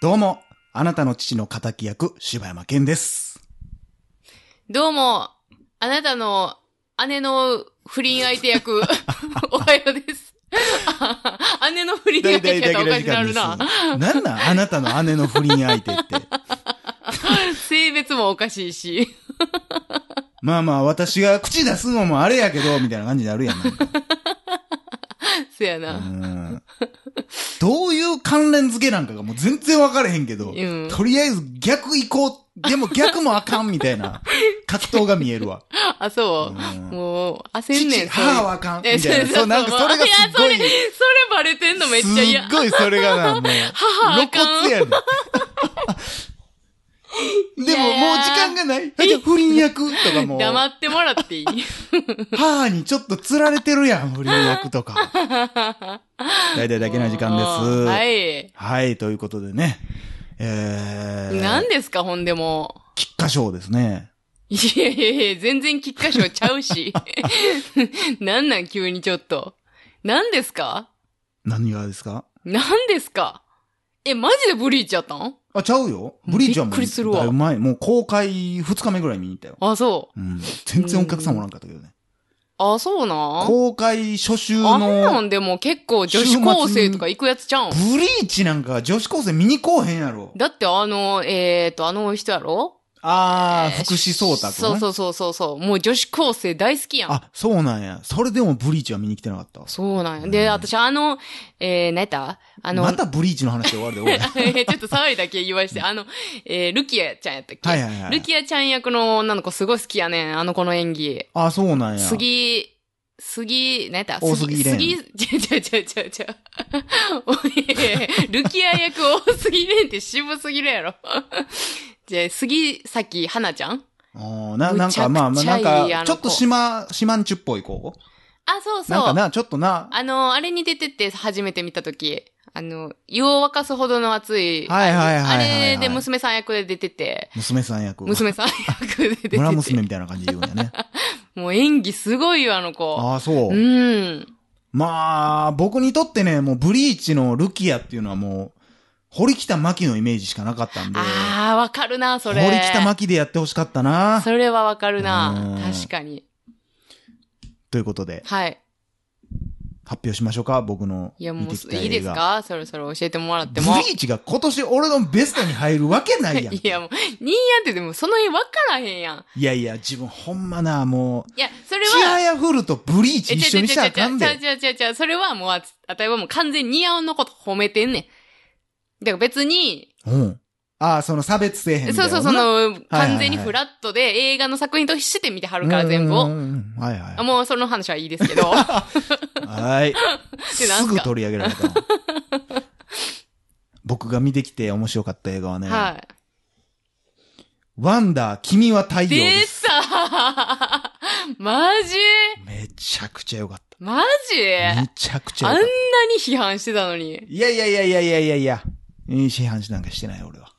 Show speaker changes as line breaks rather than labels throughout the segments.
どうも、あなたの父の仇役、柴山健です。
どうも、あなたの姉の不倫相手役、おはようです。姉の不倫相手役やったらおかしくなるな。
なんなんあなたの姉の不倫相手って。
性別もおかしいし。
まあまあ、私が口出すのもあれやけど、みたいな感じになるやん。なんか
そや
う
な。
んどういう関連付けなんかがもう全然分からへんけど、
うん
とりあえず逆行こう、でも逆もあかんみたいな葛藤が見えるわ。
あ、そうう。
ん
もう、焦んね
父、
ん。
母はあかんみたいな。そう、なんかそれがすっごい
やそれ、、それバレてんのめっちゃ嫌。
すっごいそれがな、もう、
母あ
露
かん
骨 やねん。でも
い
もう
や
時間がない。あじゃあ不倫役とかもう、
黙ってもらっていい
母にちょっと釣られてるやん、不倫役とか。 大体だけな時間です。
は
はい。
い。
ということでね。えー、
何ですか、ほんでもう。
菊花賞ですね。
いやいやいや、全然菊花賞ちゃうし。 なんなん、急にちょっと。何ですか
何がですか
何ですかえ、マジでブリーチやったん
あ、ちゃうよ。ブリーチはもう、
びっくりするわ
だいぶ前、もう公開2日目ぐらい見に行ったよ。
あ、そう。
うん。全然お客さんおらんかったけどね。
あ、そうなん
公開初週
あんな
の、
んでも結構女子高生とか行くやつちゃうん
ブリーチなんか女子高生見に来おへんやろ。
だってあの、えーと、あの人やろ
あ
え
ー、
ー
福士蒼太くん、
そうそうそうそうそう。もう女子高生大好きやん。
あ、そうなんや。それでもブリーチは見に来てなかったわ。
そうなんや。で、私あの、えー、何やったあの、
またブリーチの話で終わるで、俺。
えーちょっと騒いだけ言わして、あの、えー、ルキアちゃんやったっけ、
はいはいはい
ルキアちゃん役の女の子すごい好きやねん、あの子の演技。
あ、そうなんや。
杉、杉、何やった
大杉蓮
杉、ちゃちゃちゃちゃちゃ。おいやいやいやルキア役大杉蓮って渋すぎるやろ。 じゃあ、杉咲花ちゃん
あーな、なんか、まあ、
む
まあ、な
ちゃく
ん
ちゃいい
か、
あの子
ちょっと島、島んちゅっぽい子
あ、そう
なん
そ
か
う。
な、ちょっとな、
あの、あれに出てって初めて見たとき、あの、湯を沸かすほどの熱い。
はいはいはいはいはい
あれで娘さん役で出てて、
娘さん役。
娘さん役で出てて。
村娘みたいな感じで言うんや ね。
もう演技すごいよ、あの子。
ああ、そうう。
ん。
まあ、僕にとってね、もうブリーチのルキアっていうのはもう、堀北真希のイメージしかなかったんで。
ああ、わかるな、それ。
堀北真希でやってほしかったな。
それはわかるな
う。ん
確かに。
ということで、
はい。
発表しましょうか、僕の
いや、も
見
う、
てきた映画。
いいですかそろそろ教えてもらっ
ブ
て
リ
も。
ーチが今年俺のベストに入るわけないやん。
い
い
や、もう、ニーヤってでも、その辺わからへんやん。
やいや、自分ほんまな、もう、
いや、それ
チア
は、
ヤフルとブリーチ一緒にしたらあかん
ちゃう
で。
ちゃうちゃうちゃう、それはもう、ああたいはもう完全にニーヤのこと褒めてんねん。だから別に、
うん。ああ、その差別せえへんみたい
そ
な
うそ
こと
う、そ
な。
の、
はい
完全にフラットで映画の作品として見てはるから、全部
うん
を。
うんうんうん。はいは
あもう、その話はいいですけ ど。
い。はい。すぐ取り上げられたわ。僕が見てきて面白かった映画はね、
はい。
ワンダー、君は太陽
出
です。
た マジ
めちゃくちゃ良かった。
マジ
めちゃくちゃ
あん
良
な
かっ
に
た。
批判してたのに。
いやいやいやいやいやいやいや。いい批判しなんかしてない俺は。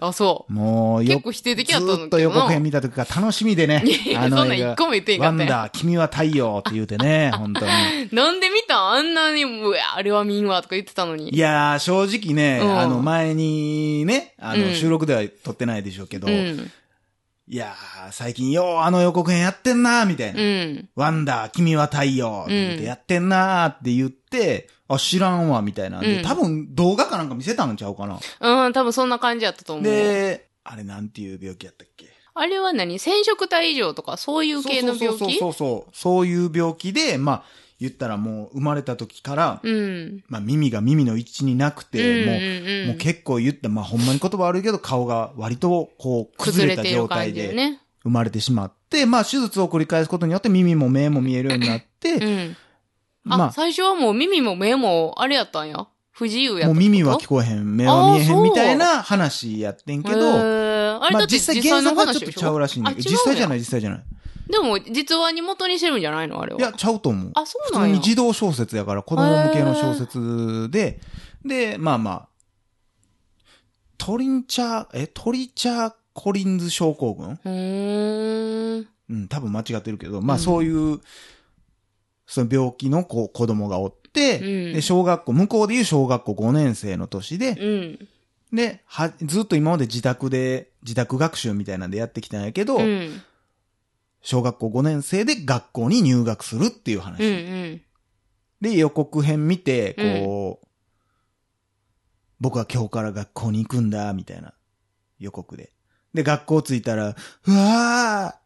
あ、そう。
もうよ
結、構否定的だった
ずー
の
っと
け
予
ど
告
な。
編見た時から楽しみでね
いやい。や
あの
そんな
映
ん一
画
個も言ってへんか
ワ
っ
ン
たやん
ダー、君は太陽って言うて ね、本当に。
なんで見たんあんなに、うわあれは見んわとか言ってたの
い
に。
やー、正直ね、
うん
あの、前にね、あ
う
の、
ん
収録では撮ってないでしょうけど、
う
い
ん。
やー、最近ようあの予告編やってんなー、みたいうな。
ん。
ワンダー、君は太陽って言って
うん
やってんなーって言って、あ、知らんわ、みたいなん
う
で、
ん
多分動画かなんか見せたんちゃうかな。
うん、多分そんな感じやったと思う。
で、あれなんていう病気やったっけ
あれは何染色体異常とか、そういう系の病
そう
気
そうそうそうそう。そういう病気で、まあ、言ったらもう生まれた時から、
うん。
まあ耳が耳の位置になくて、もう、
も
もう結構言った、まあほんまに言葉悪いけど、顔が割とこう崩れた状態で
ね。
生まれてしまって、まあ手術を繰り返すことによって耳も目も見えるようになって、
うん。
ま
あ、
あ、
最初はもう耳も目も、あれやったんや。不自由やったってこと
もう耳は聞こえへん、目は見え
あー
へ
そ
ん
う
みたいな話やってんけ
へ
ど、
ーあれ
ま
だ
あ
って
実際
実
現
際の
像が
話
ちょっ
で
と
しょ
ちゃうらしいね
あ。
んだけど、実際じゃないい実際じゃない。
でも、実話に元にしてるんじゃないのあれは。
いや、ちゃうと思う。
あ、そう
普
な
通
ん
に
や。
児童小説やから、子供向けの小説で、で、まあまあ、トリンチャー、え、トリチャーコリンズ症候群
うーん。
うん、多分間違ってるけど、まあ
うん
そういう、その病気のこう子供がおっって、
うん
で、小学校、向こうでいう小学校5年生の年で、
うん。
で、は、ずっと今まで自宅で、自宅学習みたいなんでやってきたんやけど、
うん。うん。
小学校5年生で学校に入学するっていう話。
うん。
で、予告編見て、こう、僕は今日から学校に行くんだ、みたいな予告で。で、学校着いたら、うわー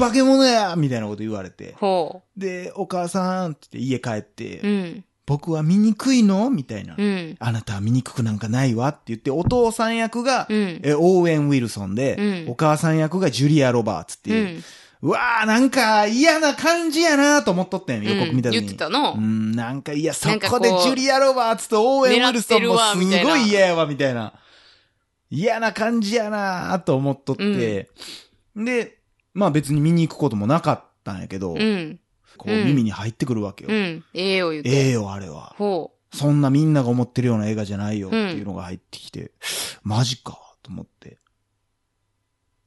化け物やみたいなこと言われて。
ほ
で、お母さんって言って家帰って、
う。うん。
僕は醜いのみたいな、
うん。
あなたは醜くなんかないわって言って、お父さん役が、
うん。
えオーウェン・ウィルソンで、
うん
お母さん役がジュリア・ロバーツって
う
いう。
ん。
うわーなんか嫌な感じやなと思っとったんよ、予告見た時に。
言ってたの
う。ん、なんか、いや、そ
なんかこ
こ
う
でジュリア・ロバーツとオーウェン・ウィルソンも
狙ってるわみた
す
いな
ごい嫌やわ、みたいな。嫌な感じやなと思っとって、で、まあ別に見に行くこともなかったんやけど、
うん。
こう耳に入ってくるわけよ。
うん。ええを言う
ええ
て。
よ、あれは。
ほ
そんなみんなが思ってるような映画じゃないよっていうのが入ってきて、マジか、と思って。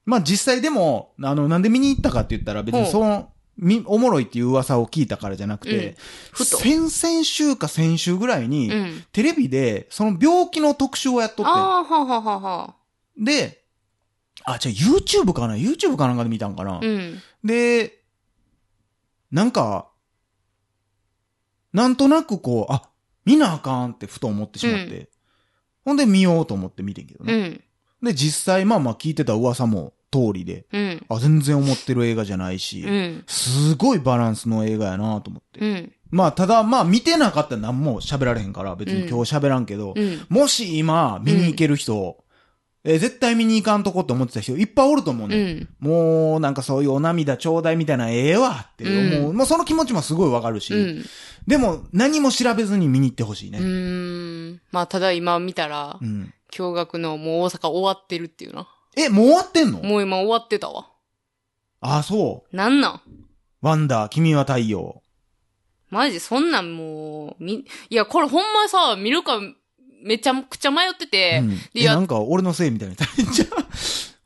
まあ実際でも、あの、なんで見に行ったかって言ったら別に
ほう
その、み、おもろいっていう噂を聞いたからじゃなくて、
うんふと。
先々週か先週ぐらいうに、
うん。
テレビで、その病気の特集をやっとっ
ああ、はあはあはあは
て、で、あ、じゃあ YouTube かな ?YouTube かなんかで見たんかな、
あ。うん。
で、なんか、なんとなくこう、あ、見なあかんってふと思ってしまって。ほんで見ようと思って見てんけど
う
ね。
ん。
で、実際まあまあ聞いてた噂も通りで、
うん。
あ、全然思ってる映画じゃないし、
うん。
すごいバランスの映画やなと思って。
うん。
まあ、ただまあ見てなかったら何も喋られへんから、別に今日喋らんけど、
うん。
もし今見に行ける人、えー絶対見に行かんとこって思ってた人いっぱいおると思うね。
うん。
もう、なんかそういうお涙ちょうだいみたいな、ええわって思う。
う
もうその気持ちもすごいわかるし、
うん。
でも何も調べずに見に行ってほしいうね。
ーん。まあ、ただ今見たら
う、ん。
驚愕のもう大阪終わってるっていうな。
え、もう終わってんの
もう今終わってたわ。
あ、そ
なんなん
う。ワンダー、君は太陽。
マジそんなんもう、み、いや、これほんまさ、見るか、めちゃくちゃ迷ってて、
うん、え
いや
なんか俺のせいみたいな。 じゃあ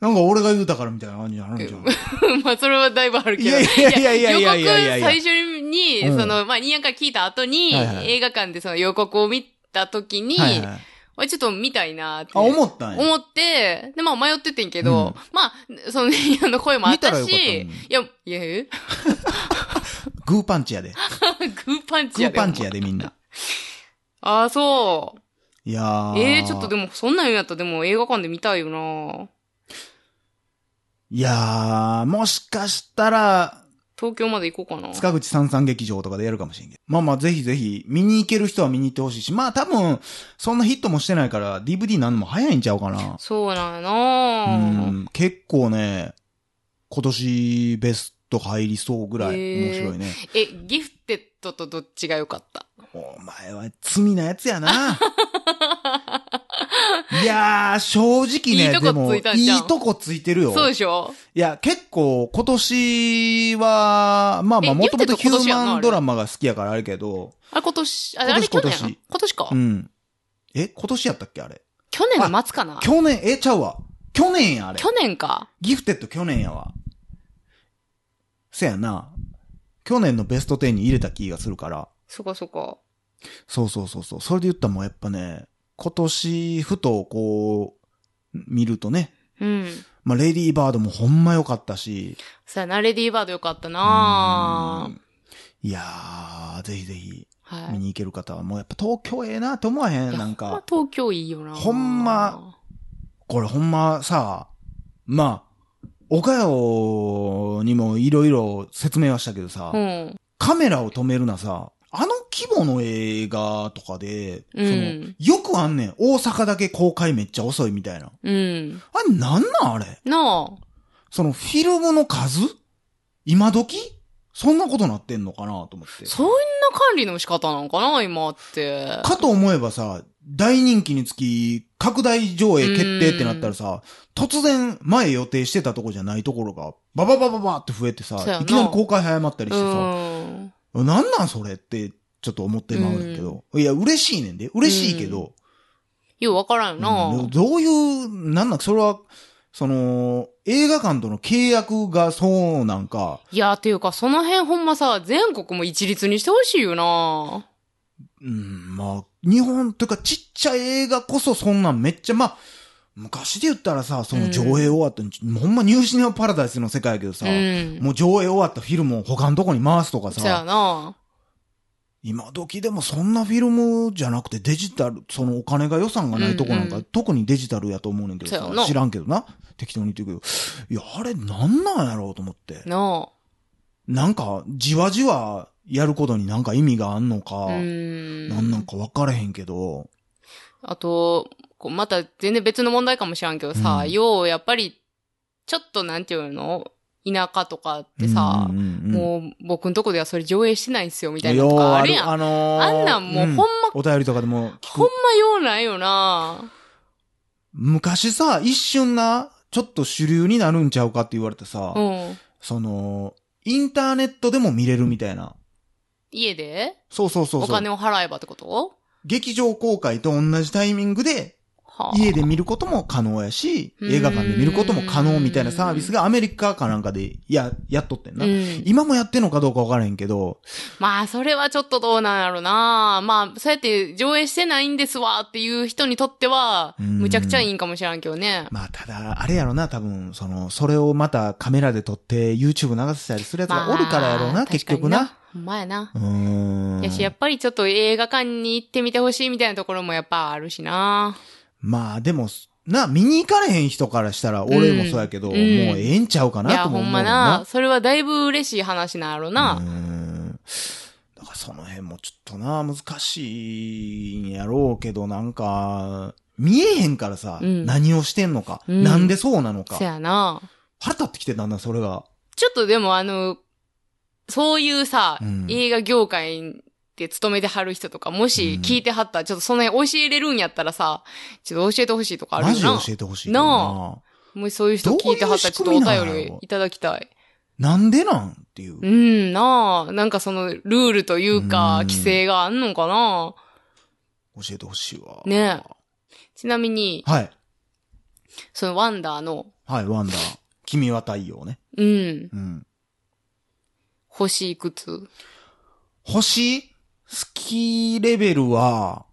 なんか俺が言うたからみたいな感じになるんじゃん。
まあ、それはだいぶあるけ
い
ど。
やいやいやいやいやいやいやい
予
や
告最初に、
うん
その、まあ、ニヤから聞いた後に、
はいはい
映画館でその予告を見た時に、
はいはい。
まあちょっと見たいなって。
あ、思ったんや。
思って、で、まあ迷っててんけ
う
ど、
ん
まあ、その、 ニヤの声もあっ
見た
た
ら
し、
よかったのに
いや、いや、え
グーパンチやで。
グーパンチ
グ
や
ー
で。
パンチやでみんな。
ああ、そう。
いやー。
ええちょっとで
も。
も、そんなん言うんやったらでも映画館で見たいよない
やー、もしかしたら、
東京まで行こうかな。
塚口三三劇場とかでやるかもしれんけど。まあまあ、ぜひぜひ、見に行ける人は見に行ってほしいし、まあ多分、そんなヒットもしてないから、DVD なんのも早いんちゃうかな。
そうなんや
う
な、
ん、結構ね、今年ベスト入りそうぐらい
へー
面白いね。
え、ギフテッドとどっちが良かった
お前は罪なやつやな。 いやー、正直ね、
いいとこ
でも、
ついたんじゃん
いいとこついてるよ。
そうでしょ
いや、結構今年は、まあまあ、
え
もともと
言うて
ヒ
た
ュ
今
ー
年やんな
マ
あ
ン
れ
ドラマが好きやからあれけど、
あれ今年、あ
今年
あれ去年や
今年
な今年か、
うん。え、今年やったっけあれ。
去年の末かな
去年、え、ちゃうわ。去年や、あれ。
去年か。
ギフテッド去年やわ。せやな。去年のベスト10に入れた気がするから。
そかそか。
そうそうそうそう。それで言ったらもうやっぱね、今年、ふとこう、見るとね、
うん。
まあ、レディーバードもほんま良かったし。
さあな、レディーバード良かった
う
なん
いやー、ぜひぜひ、
は
見
い。
に行ける方は、もうやっぱ東京ええなって思わへん、なん
いやほんま
か。
東京いいよな
ほんま。これほんまさ、まあ、岡よにもいろいろ説明はしたけどさ、
うん。
カメラを止めるなさ、あの規模の映画とかで、
うん
そのよくあんねん。大阪だけ公開めっちゃ遅いみたいな。
うん。
あれなんなんあれ
なあ。
そのフィルムの数今時そんなことなってんのかなと思って。
そんな管理の仕方なのかな今って。
かと思えばさ、大人気につき、拡大上映決定ってなったらさ、突然前予定してたとこじゃないところが、バババババって増えてさ
そうや、ない
きなり公開早まったりしてさ、
うん。
なんなんそれって、ちょっと思ってまうんだけど、いや、嬉しいねんで、嬉しいけど、
よう分からんよな、
うんどういう、なんなん、それは、その、映画館との契約がそうなんか、
いや、ていうか、その辺ほんまさ、全国も一律にしてほしいよな
うん、まあ、日本というかちっちゃい映画こそそんなんめっちゃ、まあ、昔で言ったらさ、その上映終わった、ほんまニューシネマパラダイスの世界やけどさ、
うん。
もう上映終わったフィルムを他のとこに回すとか
そうや
さ、
な。
今時でもそんなフィルムじゃなくてデジタル、そのお金が予算がないとこなんか、
うんうん
特にデジタルやと思うねんけど
そ
さ
うやな、
知らんけどな、適当に言ってるけど、いや、あれなんなんやろうと思って、
の、
なんかじわじわやることになんか意味があんのか、
うん。
なんなんか分からへんけど、
あと、こうまた全然別の問題かもしらんけどさ、
うん
ようやっぱり、ちょっとなんていうの田舎とかってさ、
うんうんうん
もう僕んとこではそれ上映してないんすよ、みたいな
よ
と
う
かあ
あ
る
る
やん。あ
あのー
んなんもうほんま
う、お便りとかでも聞
ほん
く。
まようないよな
昔さ、一瞬な、ちょっと主流になるんちゃうかって言われてさ、
うん。
その、インターネットでも見れるみたいな。
家で
そうそうそう
お
そう
金。を払えばってこと
劇場公開と同じタイミングで、
は
家で見ることも可能やし、映画館で見ることも可能みたいなサービスがアメリカかなんかでや、やっとってんな。
うん、
今もやってんのかどうかわからへんけど、
まあ、それはちょっとどうなんやろな。まあ、そうやって上映してないんですわっていう人にとっては、
うん
むちゃくちゃいいんかもしらんけどね。
まあただ、あれやろな、多分、その、それをまたカメラで撮って YouTube 流せたりするやつ
まあ、
がおるからやろうな、結局な。
確かに。ほんまやな。
うーん。
やし、やっぱりちょっと映画館に行ってみてほしいみたいなところもやっぱあるしな。
まあでも、な、見に行かれへん人からしたら、俺もそうやけど、
うん
もうええんちゃうか
い
な
や、
とも
ほ
思うも
ん
ん
まな。それはだいぶ嬉しい話なんやろ
うー
な。
ん。だからその辺もちょっとな、難しいんやろうけど、なんか、見えへんからさ、
うん
何をしてんのか、
うん
なんでそうなのか
そ、やな。
腹立ってきてたんだ、それが。
ちょっとでもあの、そういうさ、
うん
映画業界で勤めてはる人とか、もし聞いてはったら、ちょっとその辺教えれるんやったらさ、ちょっと教えてほしいとかある
マ
よ
ジで
な
教。えてほしいけどな。
もしそういう人聞いてはったら、ちょっとお便りいただきたい。
なんでなんっていう。
うん、なあ。なんかその、ルールというか
う、ん
規制があんのかな
教えてほしいわ。
ねちなみに、
はい。
そのワンダーの、
はい、ワンダー。君は太陽ね。
うん、
うん。
星いくつ
星好きレベルは、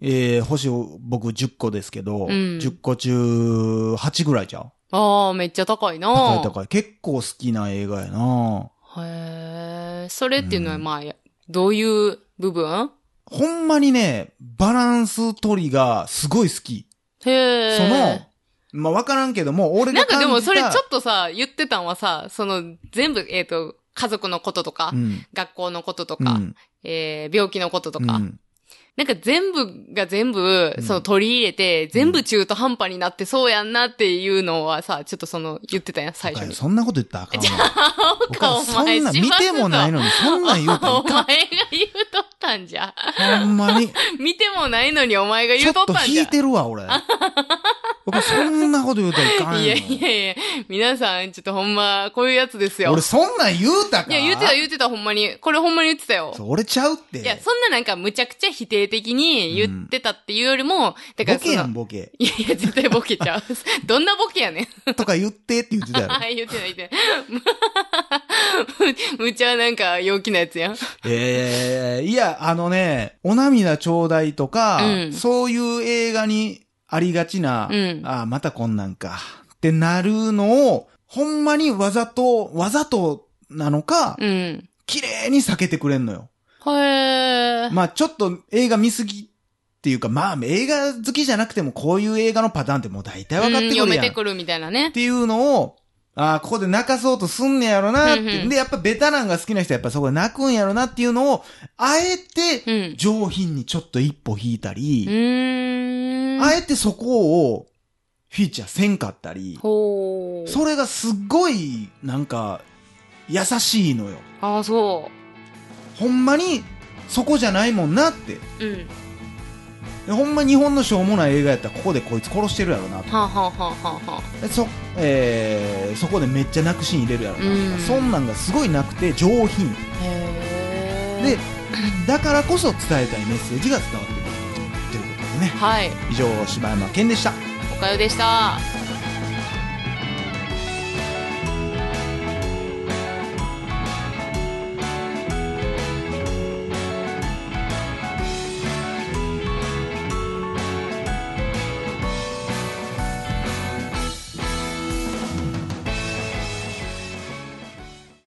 えー、星を僕10個ですけど、
ん
10個中8ぐらいじゃう
ああ、めっちゃ高いな
高い高い。結構好きな映画やな
へえ、それっていうのは
うん
まあ、どういう部分
ほんまにね、バランス取りがすごい好き。
へえ。
その、まあ、わからんけども、俺 が
なんかでもそれちょ
感じ
っとさ、言ってたんはさ、その全部、えっ、と、家族のこととか、
たうん。
学校のことと
う
か、
ん。
えー病気のこととか、
うん
なんか全部が全部、
うん
その取り入れて、全部中途半端になってそうやんなっていうのはさ、ちょっとその、言ってたやん、最初
お前
に。
そんなこと言ったらあかんわ。お
か
前そんな
お前
見てもないのに、そんなん言うたら
お
い
前
か
が言うとったんじゃ。
ん。ほんまに。
見てもないのにお前が
ち
言
ょ
う
っ
とっ
と
たんじ
引
ゃ。
いてるわ、 俺。僕そんなこと言うたらいかんよ。
いやいやいや、皆さん、ちょっとほんま、こういうやつですよ。
俺そんなん言うたか
いや、言ってた言ってた、ほんまに。これほんまに言ってたよ。
そう俺ちゃうって。
いや、そんななんかむちゃくちゃ否定的に言ってたっていうよりも、だから
ボケ
その、い
や
や
ん、ボケ。
いや、絶対ボケ ちゃう。どんなボケやねん。
とか言ってって言ってたやろ。
はい、言ってない言って ない。むむちゃなんか陽気なやつやん。
ええいや、あのね、お涙ちょうだいとか、
うん
そういう映画にありがちな、
うん
ああ、またこんなんか、ってなるのを、ほんまにわざと、わざとなのか、
うん。
綺麗に避けてくれんのよ。
へえ。
まあちょっと映画見すぎっていうか、まあ映画好きじゃなくてもこういう映画のパターンってもう大体分かってく
うん
る
読
や
め
ん。っ
てくるみたいなね。
ていうのを、ああ、ここで泣かそうとすんねやろなって。
うんうん
で、やっぱベタなんが好きな人はやっぱそこで泣くんやろなっていうのを、あえ
う
て
ん。
上品にちょっと一歩引いた
う
り、
ーん。
あえてそこをフィーチャーせんかったり、
ほう。
それがすっごいなんか優しいのよ。
ああ、そ
ほんまにそこじゃないもんなって。
う。うん。
でほんま日本のしょうもない映画やったらここでこいつ殺してるやろなと
はあ、はあはあはあはあ、
でそ,、えーそこでめっちゃ泣くシーン入れるやろなとか
うん
そんなんがすごいなくて上品
へえ。
でだからこそ伝えたいメッセージが伝わってくるということでね
はい。
以上柴山健でした
おかよでした。